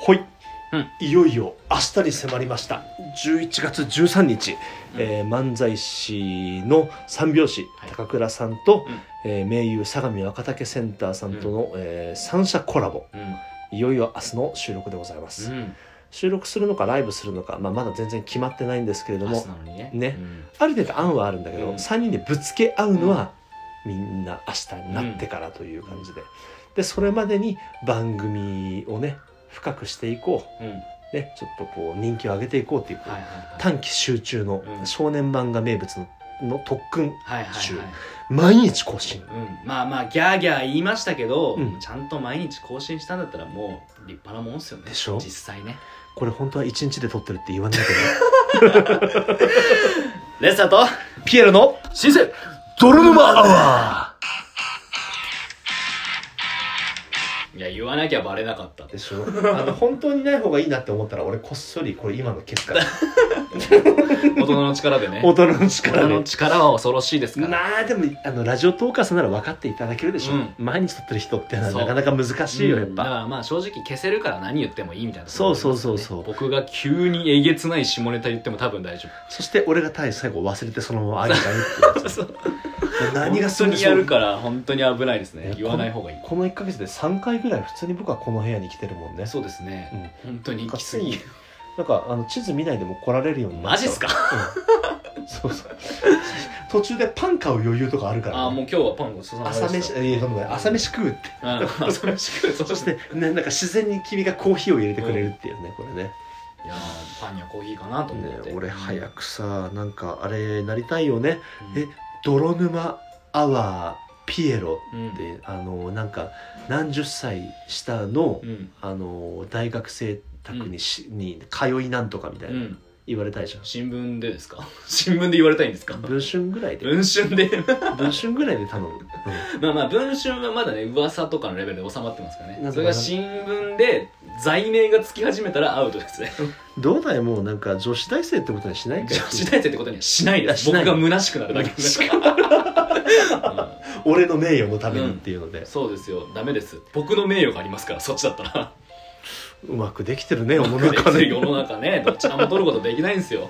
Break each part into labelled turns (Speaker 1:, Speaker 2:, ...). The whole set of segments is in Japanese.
Speaker 1: ほい、
Speaker 2: うん
Speaker 1: いよいよ明日に迫りました11月13日、えー漫才師の三拍子、
Speaker 2: はい
Speaker 1: 高倉さんと、
Speaker 2: うん
Speaker 1: えー名優相模若竹センターさんとの、えー三者コラボ
Speaker 2: う
Speaker 1: いよいよ明日の収録でございます、
Speaker 2: んうん
Speaker 1: 収録するのかライブするのか、まあ、まだ全然決まってないんですけれど
Speaker 2: 明
Speaker 1: も
Speaker 2: 日なのにね
Speaker 1: ね
Speaker 2: うん
Speaker 1: ある程度案はあるんだけど、
Speaker 2: うん
Speaker 1: 3人でぶつけ合うのは、みんな明日になってからという感じで、でそれまでに番組をね深くしていこ
Speaker 2: うん
Speaker 1: う、ね、ちょっとこう人気を上げていこうっていう、
Speaker 2: はいはいはい
Speaker 1: 短期集中の
Speaker 2: うん
Speaker 1: 少年漫画名物のの特訓
Speaker 2: はいはい
Speaker 1: 集
Speaker 2: はい
Speaker 1: 毎日更新
Speaker 2: うん、まあまあギャーギャー言いましたけど、
Speaker 1: うん
Speaker 2: ちゃんと毎日更新したんだったらもう立派なもんっすよね
Speaker 1: でしょ
Speaker 2: 実際ね
Speaker 1: これ本当は1日で撮ってるって言わない けど
Speaker 2: レッサーと
Speaker 1: ピエロの
Speaker 2: シンセ
Speaker 1: 泥沼アワ
Speaker 2: いや言わなきゃバレなかっ た
Speaker 1: ーでしょあの本当にない方がいいなって思ったら俺こっそりこれ今の結 果
Speaker 2: 大人の力でね
Speaker 1: 大人の
Speaker 2: 大
Speaker 1: 力
Speaker 2: 人
Speaker 1: で
Speaker 2: の力は恐ろしいですから
Speaker 1: まあでもあのラジオトーカーさんなら分かっていただけるでしょ、
Speaker 2: うん
Speaker 1: 毎日撮ってる人ってのは
Speaker 2: そう
Speaker 1: なかなか難しいよやっ
Speaker 2: うんだか
Speaker 1: ぱ、
Speaker 2: らまあ正直消せるから何言ってもいいみたいなところ
Speaker 1: そうそうそう
Speaker 2: です
Speaker 1: そ
Speaker 2: ね
Speaker 1: う、
Speaker 2: 僕が急にえげつない下ネタ言っても多分大丈
Speaker 1: そして俺が対最後忘れてそのままあげたいっていう
Speaker 2: 夫
Speaker 1: やつ
Speaker 2: そう
Speaker 1: 何がす
Speaker 2: 本
Speaker 1: ごい
Speaker 2: 当にやる
Speaker 1: そう
Speaker 2: から本当に危ないですね
Speaker 1: ね
Speaker 2: 言わない方がいい
Speaker 1: この1か月で3回ぐらい普通に僕はこの部屋に来てるもんね
Speaker 2: そうですね、本当に
Speaker 1: なん
Speaker 2: 行
Speaker 1: か
Speaker 2: き過
Speaker 1: つ
Speaker 2: ぎ
Speaker 1: いなんかあの地図見ないでも来られるようにな
Speaker 2: マ
Speaker 1: っち
Speaker 2: ジ
Speaker 1: ゃ
Speaker 2: っ
Speaker 1: う
Speaker 2: すか
Speaker 1: うんそうそう途中でパン買う余裕とかあるからね、
Speaker 2: ああもう今日はパンごちそうさまでした
Speaker 1: 朝飯いやそんなことない朝飯食うって
Speaker 2: うん朝飯食うそ
Speaker 1: そして、ね、なんか自然に君がコーヒーを入れてくれるっていうね、これね
Speaker 2: いやーパンにはコーヒーかなと思
Speaker 1: ね
Speaker 2: って、、
Speaker 1: 俺早くさなんかあれなりたいよね
Speaker 2: うん、
Speaker 1: え泥沼アワーピエロ
Speaker 2: うん
Speaker 1: ってあのなんか何十歳下の
Speaker 2: うん
Speaker 1: あの大学生宅にし、に通いなんとかみたいうな、
Speaker 2: ん
Speaker 1: 言われたいじゃん
Speaker 2: 新聞でですか 新聞で言われたいんですか
Speaker 1: 文春ぐらいで
Speaker 2: 文春で
Speaker 1: 文春ぐらいで頼む、
Speaker 2: まあまあ文春はまだね噂とかのレベルで収まってますか
Speaker 1: なん
Speaker 2: ら
Speaker 1: と
Speaker 2: ね
Speaker 1: か
Speaker 2: それが新聞で罪名がつき始めたらアウトですね
Speaker 1: うん、どうだいもうなんか女子大生ってことにしないか
Speaker 2: 女
Speaker 1: よ
Speaker 2: 子大生ってことにはしないです
Speaker 1: しない
Speaker 2: 僕が虚しくなるだけです、
Speaker 1: 俺の名誉のためにっていうので
Speaker 2: うん、そうですよダメです僕の名誉がありますからそっちだったら
Speaker 1: うまくできてるね世の
Speaker 2: 世
Speaker 1: 中ね
Speaker 2: の中ね どちらも取ることできないんですよ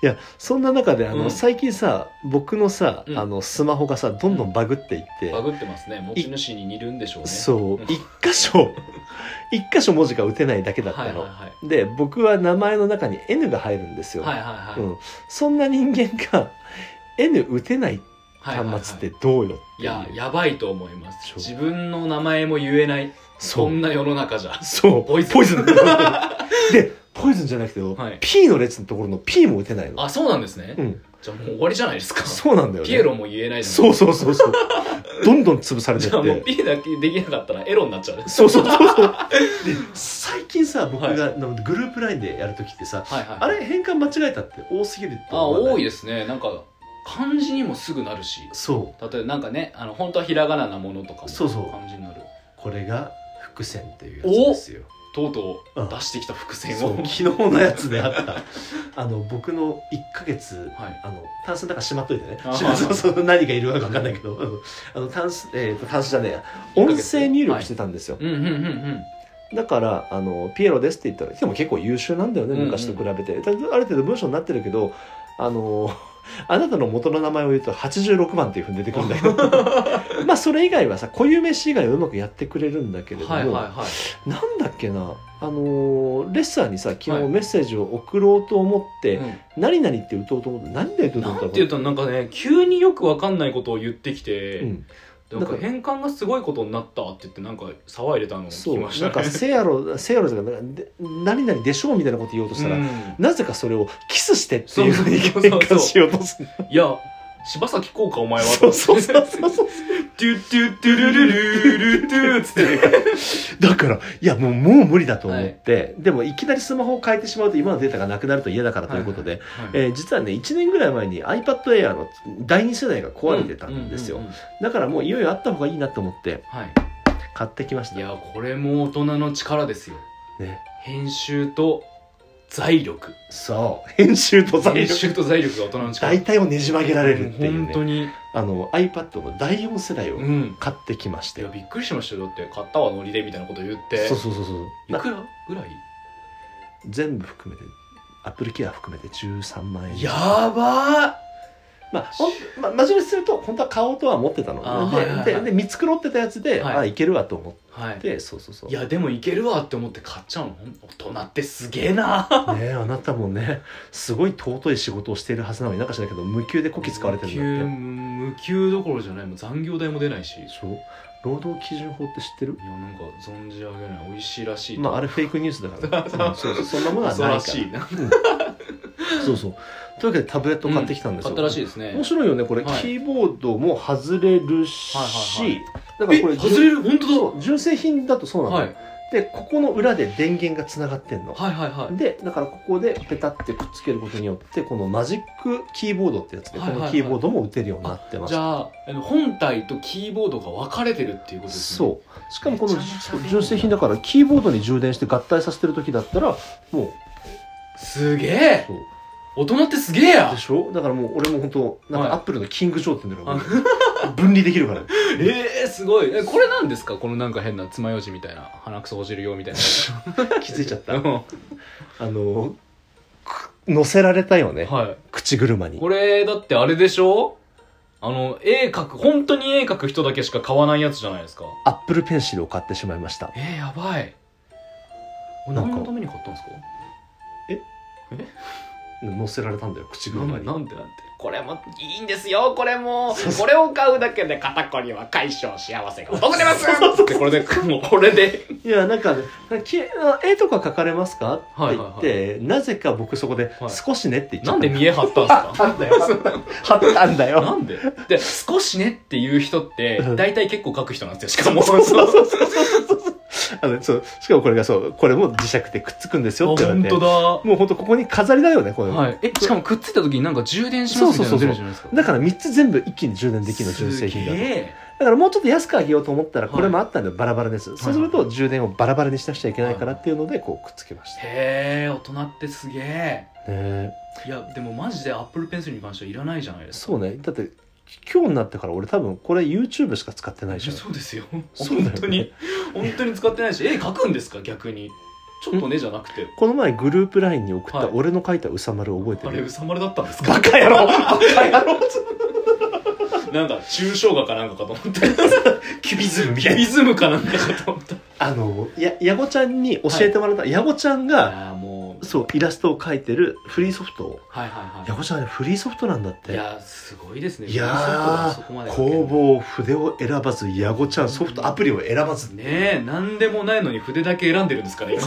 Speaker 1: いやそんな中であの、
Speaker 2: うん
Speaker 1: 最近さ僕のさ、
Speaker 2: うん
Speaker 1: あのスマホがさどんどんバグっていって、
Speaker 2: バグってますね持ち主に似るんでしょうね
Speaker 1: そう
Speaker 2: うん
Speaker 1: 一箇所一箇所文字が打てないだけだったの、
Speaker 2: はいはい
Speaker 1: で僕は名前の中に N が入るんですよ、
Speaker 2: はいはいはいはい
Speaker 1: うん、そんな人間が N 打てない
Speaker 2: はいはい
Speaker 1: 端末ってどうよって
Speaker 2: い
Speaker 1: いう,、
Speaker 2: ややばいと思います
Speaker 1: そう
Speaker 2: 自分の名前も言えない
Speaker 1: そ
Speaker 2: そん
Speaker 1: う
Speaker 2: な世の中じゃ
Speaker 1: そう
Speaker 2: ポイズン
Speaker 1: で ポイズンじゃなくて、
Speaker 2: はい
Speaker 1: P の列のところの P も打てないの
Speaker 2: あそうなんですね
Speaker 1: うん
Speaker 2: じゃあもう終わりじゃないですか
Speaker 1: そうなんだよね
Speaker 2: ピエロも言えないじゃ
Speaker 1: そ
Speaker 2: ん
Speaker 1: うそうそうそうどんどん潰されて
Speaker 2: じ
Speaker 1: っ
Speaker 2: ゃあもう
Speaker 1: て
Speaker 2: ピエだけできなかったらエロになっちゃうね
Speaker 1: そうそうそう そう。で、最近さ、僕が、
Speaker 2: はい
Speaker 1: あのグループラインでやるときってさ、
Speaker 2: はいはい
Speaker 1: あれ変換間違えたって多すぎるって
Speaker 2: あ多い
Speaker 1: よ。
Speaker 2: ですねなんか漢字にもすぐなるし
Speaker 1: そ
Speaker 2: 例えばなんかねあの本当はひらがななものとかも
Speaker 1: う、そうそう。
Speaker 2: 漢字になる
Speaker 1: これが伏線っていうやつですよ。
Speaker 2: とうと
Speaker 1: う
Speaker 2: うん出してきた伏線
Speaker 1: そう
Speaker 2: を、
Speaker 1: 昨日のやつであった。あの、僕の1ヶ月、
Speaker 2: はい
Speaker 1: あの、タンスの中しまっといてね。
Speaker 2: あ
Speaker 1: しま
Speaker 2: はい
Speaker 1: そうそう、何がいるかわかんないけど、うんあの、タンス、えっ、と、タンスじゃねえや。
Speaker 2: 1ヶ
Speaker 1: 音
Speaker 2: 月
Speaker 1: 声入力してたんですよ。
Speaker 2: うんうんうんうん
Speaker 1: だからあの「ピエロです」って言ったらでも結構優秀なんだよね
Speaker 2: うんうん
Speaker 1: 昔と比べて、だある程度文章になってるけどあのあなたの元の名前を言うと86番っていうふうに出てくるんだけど まあそれ以外はさ固有名詞以外はうまくやってくれるんだけれども、
Speaker 2: はいはいはい
Speaker 1: なんだっけなあのレッサーにさ昨日
Speaker 2: はい
Speaker 1: メッセージを送ろうと思って「
Speaker 2: う
Speaker 1: 何々」って打とうと思って何で打と
Speaker 2: ん、
Speaker 1: うと
Speaker 2: な
Speaker 1: 思っ
Speaker 2: ん
Speaker 1: てた
Speaker 2: 言う
Speaker 1: の
Speaker 2: となんかね急によくわかんないことを言ってきて、
Speaker 1: うん、
Speaker 2: なん
Speaker 1: な
Speaker 2: か
Speaker 1: んか
Speaker 2: 変換がすごいことになったって言ってなんか騒いでたのを
Speaker 1: そ
Speaker 2: 聞
Speaker 1: う
Speaker 2: きまし
Speaker 1: な
Speaker 2: た
Speaker 1: んか「
Speaker 2: ね
Speaker 1: せやろ」「せやろ」とかなんかで何々でしょ」みたいなこと言おうとしたら、
Speaker 2: うん
Speaker 1: なぜかそれをキスしてっていうふうに
Speaker 2: そうそうそう
Speaker 1: 変換しようとする。
Speaker 2: いや柴咲コウかお前は
Speaker 1: そうそうそうそうそう。
Speaker 2: トゥトゥトゥルルルルルトゥ っつって
Speaker 1: だから、いやもう、もう無理だと思って、でもいきなりスマホを変えてしまうと今のデータがなくなると嫌だからということで、えー実はね、1年ぐらい前に iPad Air の第2世代が壊れてたんですよ。
Speaker 2: ううううん
Speaker 1: だからもういよいよあった方がいいなと思って
Speaker 2: はい
Speaker 1: 買ってきました。
Speaker 2: い
Speaker 1: ね。
Speaker 2: やこれも大人の力ですよ編集と財力
Speaker 1: そう。編集と財
Speaker 2: 編
Speaker 1: 力。
Speaker 2: 集と財力が大人の力
Speaker 1: 大体をねじ曲げられるっていう、ね。
Speaker 2: 本当に
Speaker 1: あの iPad の第4世代を
Speaker 2: うん
Speaker 1: 買ってきまし
Speaker 2: い
Speaker 1: て、
Speaker 2: やびっくりしましたよだって買ったわノリでみたいなこと言って
Speaker 1: そうそうそうそう
Speaker 2: い
Speaker 1: な
Speaker 2: くらぐらい
Speaker 1: 全部含めてアップルケア含めて13万円
Speaker 2: やば
Speaker 1: まあ、ほんまあ、真面目にすると本当は買おうとは思ってたので,、
Speaker 2: あーはいはいはい
Speaker 1: でで見繕ってたやつで、
Speaker 2: はい
Speaker 1: あいけるわと思っ
Speaker 2: ーはい
Speaker 1: て、そうそうそう
Speaker 2: いやでもいけるわって思って買っちゃうのほん大人ってすげえな
Speaker 1: ねえあなたもねすごい尊い仕事をしているはずなのになんかしないけど無給でこき使われてるんだって
Speaker 2: 無給無給どころじゃないもう残業代も出ないしいや
Speaker 1: そう労働基準法って知ってる
Speaker 2: なんか存じ上げない美味しいらしいと
Speaker 1: まああれフェイクニュースだから、 うんそうそうそんなものは
Speaker 2: 恐
Speaker 1: な
Speaker 2: ろ
Speaker 1: いか
Speaker 2: しいな
Speaker 1: らそうそうというわけでタブレットを買ってきたんですよ、
Speaker 2: 買ったらしいですね
Speaker 1: 面白いよねこれ、
Speaker 2: はい
Speaker 1: キーボードも外れるし、
Speaker 2: はいはい
Speaker 1: だからこれ
Speaker 2: え外れる本当
Speaker 1: そう純正品だとそう
Speaker 2: だ
Speaker 1: なの、
Speaker 2: はい
Speaker 1: でここの裏で電源がつながってんの、
Speaker 2: はいはいはい
Speaker 1: でだからここでペタってくっつけることによってこのマジックキーボードってやつでこ
Speaker 2: はいはい
Speaker 1: の
Speaker 2: はい
Speaker 1: キーボードも打てるようになってます、
Speaker 2: じゃああの本体とキーボードが分かれてるっていうことですね
Speaker 1: そうしかもこの
Speaker 2: めちゃめちゃ便利
Speaker 1: 純正品だからキーボードに充電して合体させてる時だったらもう
Speaker 2: すげえ
Speaker 1: そう
Speaker 2: 大人ってすげえや
Speaker 1: でしょだからもう俺も本当なん
Speaker 2: はい
Speaker 1: かアップルのキングジョーって言うんだろう分離できるから
Speaker 2: えー、すごいえこれなんですかこのなんか変な爪楊枝みたいな鼻くそほじるよみたいな
Speaker 1: 気づいちゃった
Speaker 2: うん
Speaker 1: あのく乗せられたよね、
Speaker 2: は
Speaker 1: 口車
Speaker 2: い
Speaker 1: に
Speaker 2: これだってあれでしょあの絵描く本当に絵描く人だけしか買わないやつじゃないですか
Speaker 1: アップルペンシルを買ってしまいました
Speaker 2: えー、やばいこれ
Speaker 1: なん
Speaker 2: 何
Speaker 1: か
Speaker 2: のために買ったんですか
Speaker 1: 乗せられたんだよ口
Speaker 2: な
Speaker 1: 車に
Speaker 2: んでなんでなんでこれもいいんですよこれもこれを買うだけで肩こりは解消幸せが訪れ ますってこれでもうこれで
Speaker 1: いやなんかね「きあ絵とか描かれますか?」って
Speaker 2: はい
Speaker 1: 言
Speaker 2: はいはい
Speaker 1: って、なぜか僕そこで「
Speaker 2: はい
Speaker 1: 少しね」って言っちゃ
Speaker 2: な
Speaker 1: っ
Speaker 2: ん
Speaker 1: た、
Speaker 2: で見え張ったんです か
Speaker 1: なんだよ貼ったんだ
Speaker 2: な
Speaker 1: よ
Speaker 2: んでで少しねっていう人って大体結構書く人なんですよしかも
Speaker 1: そうそうそうそうそうあのそうしかもこれがそうこれも磁石でくっつくんですよって言われ
Speaker 2: 本
Speaker 1: て
Speaker 2: 当だ
Speaker 1: もう本当ここに飾りだよねこれ、
Speaker 2: はいえしかもくっついた時になんか充電しますみたいなの出るじゃないですか
Speaker 1: だから3つ全部一気に充電できるの純正品
Speaker 2: すげ
Speaker 1: が
Speaker 2: え
Speaker 1: だからもうちょっと安くあげようと思ったら
Speaker 2: はい
Speaker 1: これもあったんでバラバラです、そうする
Speaker 2: は
Speaker 1: と充電をバラバラにしなくちゃいけないからっていうのでこうくっつけました、
Speaker 2: へえ大人ってすげえ
Speaker 1: ね
Speaker 2: いやでもマジでアップルペンシルに関してはいらないじゃないですか
Speaker 1: そうねだって今日になってから俺多分これ YouTube しか使ってないじゃん
Speaker 2: そうですよ
Speaker 1: そうだよね
Speaker 2: 本当に本当に使ってないし絵描くんですか逆にちょっとねじゃなくて
Speaker 1: この前グループ LINE に送った
Speaker 2: はい
Speaker 1: 俺の書いたうさまる覚えて
Speaker 2: あれ
Speaker 1: る、
Speaker 2: うさまるだったんですか
Speaker 1: バカ野郎バカ野郎
Speaker 2: なんか抽象画かなんかかと思った
Speaker 1: キュビズムみ
Speaker 2: ビリズムかなんかかと思った
Speaker 1: あのやヤゴちゃんに教えてもらった、ヤゴちゃんが
Speaker 2: ああもう
Speaker 1: そうイラストを描いてるフリーソフトを
Speaker 2: はいはい
Speaker 1: ヤ
Speaker 2: は
Speaker 1: ゴちゃんあれフリーソフトなんだっ
Speaker 2: いい
Speaker 1: て
Speaker 2: やすごいですね
Speaker 1: いやー
Speaker 2: フリーソフトがそこまで
Speaker 1: 工房筆を選ばずヤゴちゃんソフトアプリを選ばず
Speaker 2: ねえ何でもないのに筆だけ選んでるんで すから今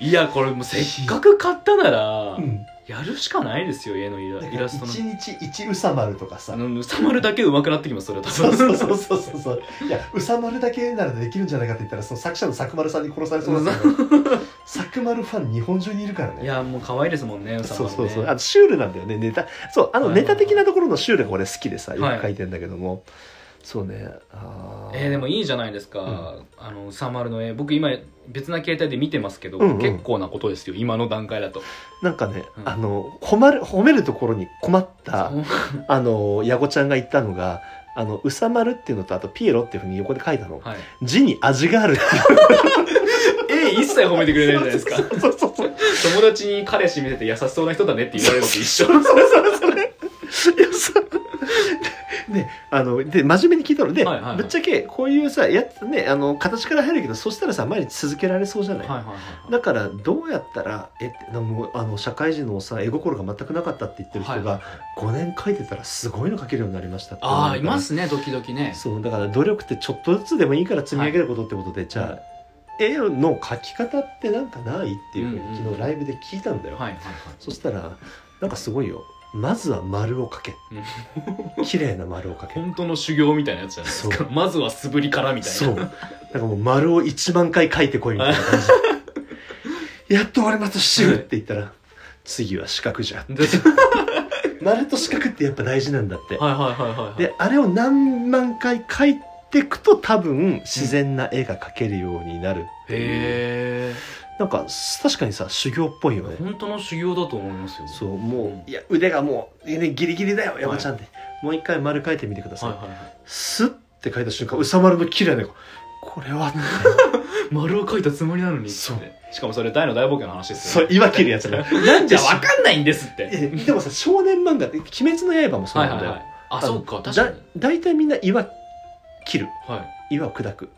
Speaker 2: いやこれもうせっかく買ったなら
Speaker 1: うん
Speaker 2: やるしかないですよ家のイライラストの
Speaker 1: 一日一うさまるとかさ
Speaker 2: あのうさまるだけ上手くなってきますそれは多
Speaker 1: そう
Speaker 2: 分
Speaker 1: そうそうそうそうそういやうさまるだけならできるんじゃないかって言ったらその作者の作丸さんに殺されそうなんですけど作丸ファン日本中にいるからね
Speaker 2: いやもう可愛いですもんねうさま
Speaker 1: そ
Speaker 2: る
Speaker 1: う
Speaker 2: ね
Speaker 1: そうそうあのシュールなんだよねネタそうあの
Speaker 2: はいはい
Speaker 1: ネ
Speaker 2: はい
Speaker 1: タ的なところのシュールが俺好きでさよ
Speaker 2: はい
Speaker 1: く書いてんだけども、そうねあ
Speaker 2: えー、でも
Speaker 1: い
Speaker 2: いいじゃないですか、あのうさまるの絵僕今別な携帯で見てますけど、
Speaker 1: うんうん
Speaker 2: 結構なことですよ今の段階だと
Speaker 1: なんかね、
Speaker 2: うん
Speaker 1: あの褒まる褒めるところに困った
Speaker 2: そう
Speaker 1: あのヤゴちゃんが言ったのが「あのうさまる」っていうのとあと「ピエロ」っていうふうに横で書いたの
Speaker 2: はい、
Speaker 1: 字に味があ るって
Speaker 2: 絵一切褒めてくれないじゃないですか
Speaker 1: そうそうそう
Speaker 2: 友達に彼氏見てて優しそうな人だねって言われるのと一緒
Speaker 1: そうそうそうそういやそうね、あので真面目に聞いたので、
Speaker 2: はいはいはい
Speaker 1: ぶっちゃけこういうさやつねあの形から入るけどそしたらさ前に続けられそうじゃない、
Speaker 2: はいはい
Speaker 1: だからどうやったらえってなもうあの社会人のさ絵心が全くなかったって言ってる人が5年描いてたらすごいの描けるようになりましたって
Speaker 2: ああいますね時々ね
Speaker 1: そうだから努力ってちょっとずつでもいいから積み上げることってことで、じ
Speaker 2: は
Speaker 1: ゃあ絵の描き方ってなんかないっていうふう
Speaker 2: うんうん
Speaker 1: に昨日ライブで聞いたんだよ、
Speaker 2: はいはいはい
Speaker 1: そしたらなんかすごいよまずは丸を描け 綺麗な丸を描け
Speaker 2: 本当の修行みたいなやつじゃないです
Speaker 1: そ
Speaker 2: かまずは素振りからみたいな
Speaker 1: そうなんかもう丸を1万回描いてこいみたいな感じ でやっと俺またシグって言ったら次は四角じゃん
Speaker 2: で
Speaker 1: 丸と四角ってやっぱ大事なんだって、
Speaker 2: はいはいはいはいはい
Speaker 1: であれを何万回描いていくと多分自然な絵が描けるようになるっていう
Speaker 2: へえ
Speaker 1: なんか確かにさ修行っぽいよね
Speaker 2: 本当の修行だと思いますよ
Speaker 1: そうもういや腕がもう、ね、ギリギリだよ山ちゃんって、もう一回丸書いてみてください、
Speaker 2: はいはいはい
Speaker 1: スッって書いた瞬間うさ丸の綺麗な子これ は
Speaker 2: 丸を書いたつもりなのにって
Speaker 1: そう
Speaker 2: しかもそれ大の大冒険の話です
Speaker 1: そう
Speaker 2: よね
Speaker 1: いわきるやつだなん
Speaker 2: じ
Speaker 1: で
Speaker 2: ゃわかんないんですって
Speaker 1: えでもさ少年漫画って「鬼滅の刃」もそう
Speaker 2: はい
Speaker 1: な
Speaker 2: は
Speaker 1: ん
Speaker 2: い
Speaker 1: だよ、
Speaker 2: はいあそうか確かに
Speaker 1: だ大体みんな岩切る
Speaker 2: はい
Speaker 1: 岩を砕く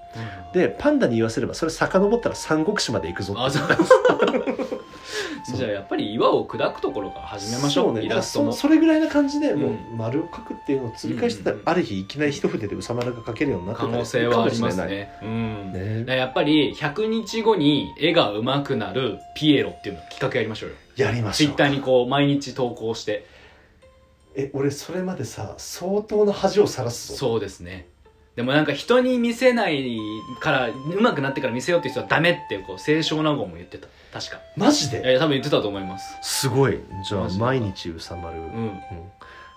Speaker 1: でパンダに言わせればそれ遡ったら三国志まで行くぞ
Speaker 2: あ
Speaker 1: って
Speaker 2: そう
Speaker 1: そう
Speaker 2: じゃあやっぱり岩を砕くところから始めましょう
Speaker 1: そね
Speaker 2: イラストも
Speaker 1: だからそそれぐらいな感じで
Speaker 2: うん
Speaker 1: もう丸を描くっていうのを繰り返してたら、
Speaker 2: うん
Speaker 1: ある日いきなり一筆でうさまるが描けるようになって
Speaker 2: 可
Speaker 1: た
Speaker 2: 能
Speaker 1: りする
Speaker 2: 性
Speaker 1: か
Speaker 2: はあ
Speaker 1: も
Speaker 2: り
Speaker 1: しれ
Speaker 2: ま
Speaker 1: ない
Speaker 2: すねうんだ
Speaker 1: ね
Speaker 2: からやっぱり100日後に絵が上手くなるピエロっていうのを企画やりましょうよ
Speaker 1: やりま
Speaker 2: ツイ
Speaker 1: しょ
Speaker 2: ッ
Speaker 1: う
Speaker 2: ターにこう毎日投稿して
Speaker 1: え俺それまでさ相当な恥をさらすぞ
Speaker 2: そうですねでもなんか人に見せないから上手くなってから見せようっていう人はダメってこう清少納言も言ってた確か
Speaker 1: マジ
Speaker 2: いや
Speaker 1: で
Speaker 2: いや多分言ってたと思います
Speaker 1: すごいじゃ
Speaker 2: マ
Speaker 1: あ
Speaker 2: ジで
Speaker 1: 毎日うさまる、
Speaker 2: う
Speaker 1: うん
Speaker 2: ん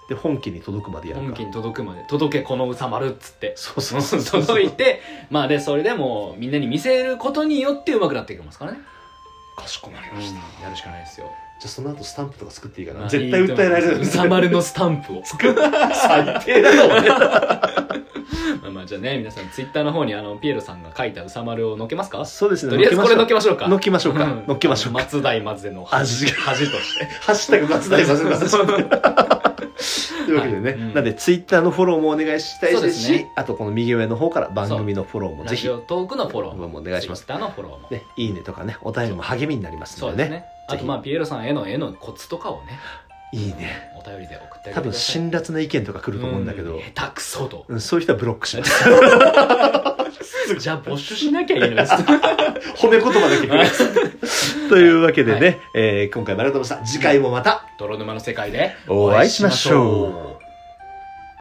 Speaker 1: で本家に届くまでやる
Speaker 2: 本
Speaker 1: か
Speaker 2: 家に届くまで届けこのうさまるっつって
Speaker 1: そうそうそうそう
Speaker 2: 届いてまあでそれでもうみんなに見せることによって上手くなっていきますからね、
Speaker 1: かしこまり
Speaker 2: う
Speaker 1: ま
Speaker 2: ん
Speaker 1: した、
Speaker 2: やるしかないですよ
Speaker 1: じゃあその後スタンプとか作っていいかな、
Speaker 2: まあ
Speaker 1: 絶対訴えられる
Speaker 2: いいと思いますうさまるのスタンプを
Speaker 1: 作る最低だな俺
Speaker 2: まあまあじゃあね皆さんツイッターの方にあのピエロさんが書いたうさまるをのけますか
Speaker 1: そうですね
Speaker 2: とりあえずこれの
Speaker 1: 乗
Speaker 2: っけましょうか
Speaker 1: っけましょうか
Speaker 2: ん
Speaker 1: 乗っけましょうか
Speaker 2: 松代松瀬の
Speaker 1: 味
Speaker 2: 恥
Speaker 1: が
Speaker 2: 恥として
Speaker 1: ハッシュタグ松代させ ますというわけでね、
Speaker 2: はいうん
Speaker 1: なんでツイッターのフォローもお願いしたい
Speaker 2: そう
Speaker 1: で
Speaker 2: ですす
Speaker 1: し
Speaker 2: ね
Speaker 1: あとこの右上の方から番組のフォローも
Speaker 2: ラ
Speaker 1: ぜひ
Speaker 2: ジオトークのフォローも
Speaker 1: お願いします
Speaker 2: ツイッターのフォローも、
Speaker 1: ね、いいねとかねお便りも励みになります
Speaker 2: そ
Speaker 1: の
Speaker 2: うで
Speaker 1: ですね
Speaker 2: ねあとまあピエロさんへの絵のコツとかをね
Speaker 1: いいね
Speaker 2: お便りで送ってあげてください
Speaker 1: 多分辛辣な意見とか来ると思うんだけど、
Speaker 2: う下手く そと
Speaker 1: うんそういう人はブロックします
Speaker 2: じゃあ募集しなきゃいい のです
Speaker 1: 褒め言葉だけくれ というわけでね、
Speaker 2: は
Speaker 1: えー今回もありがとうございました次回もまた
Speaker 2: 泥沼の世界で
Speaker 1: お会いしましょう